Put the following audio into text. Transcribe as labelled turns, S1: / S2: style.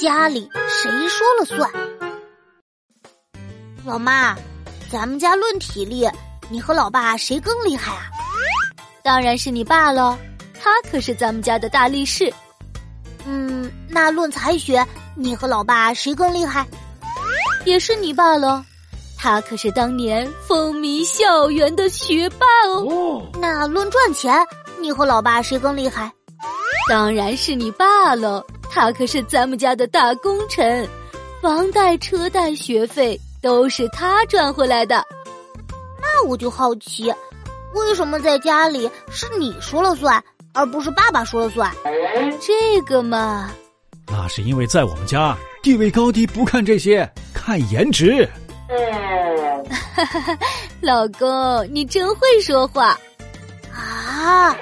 S1: 家里谁说了算？老妈，咱们家论体力，你和老爸谁更厉害啊？
S2: 当然是你爸喽，他可是咱们家的大力士。
S1: 嗯，那论才学，你和老爸谁更厉害？
S2: 也是你爸喽，他可是当年风靡校园的学霸哦。
S1: 那论赚钱，你和老爸谁更厉害？
S2: 当然是你爸喽，他可是咱们家的大功臣，房贷、车贷、学费都是他赚回来的。
S1: 那我就好奇，为什么在家里是你说了算，而不是爸爸说了算？
S2: 这个嘛，
S3: 那是因为在我们家地位高低不看这些，看颜值。
S2: 老公，你真会说话
S1: 啊！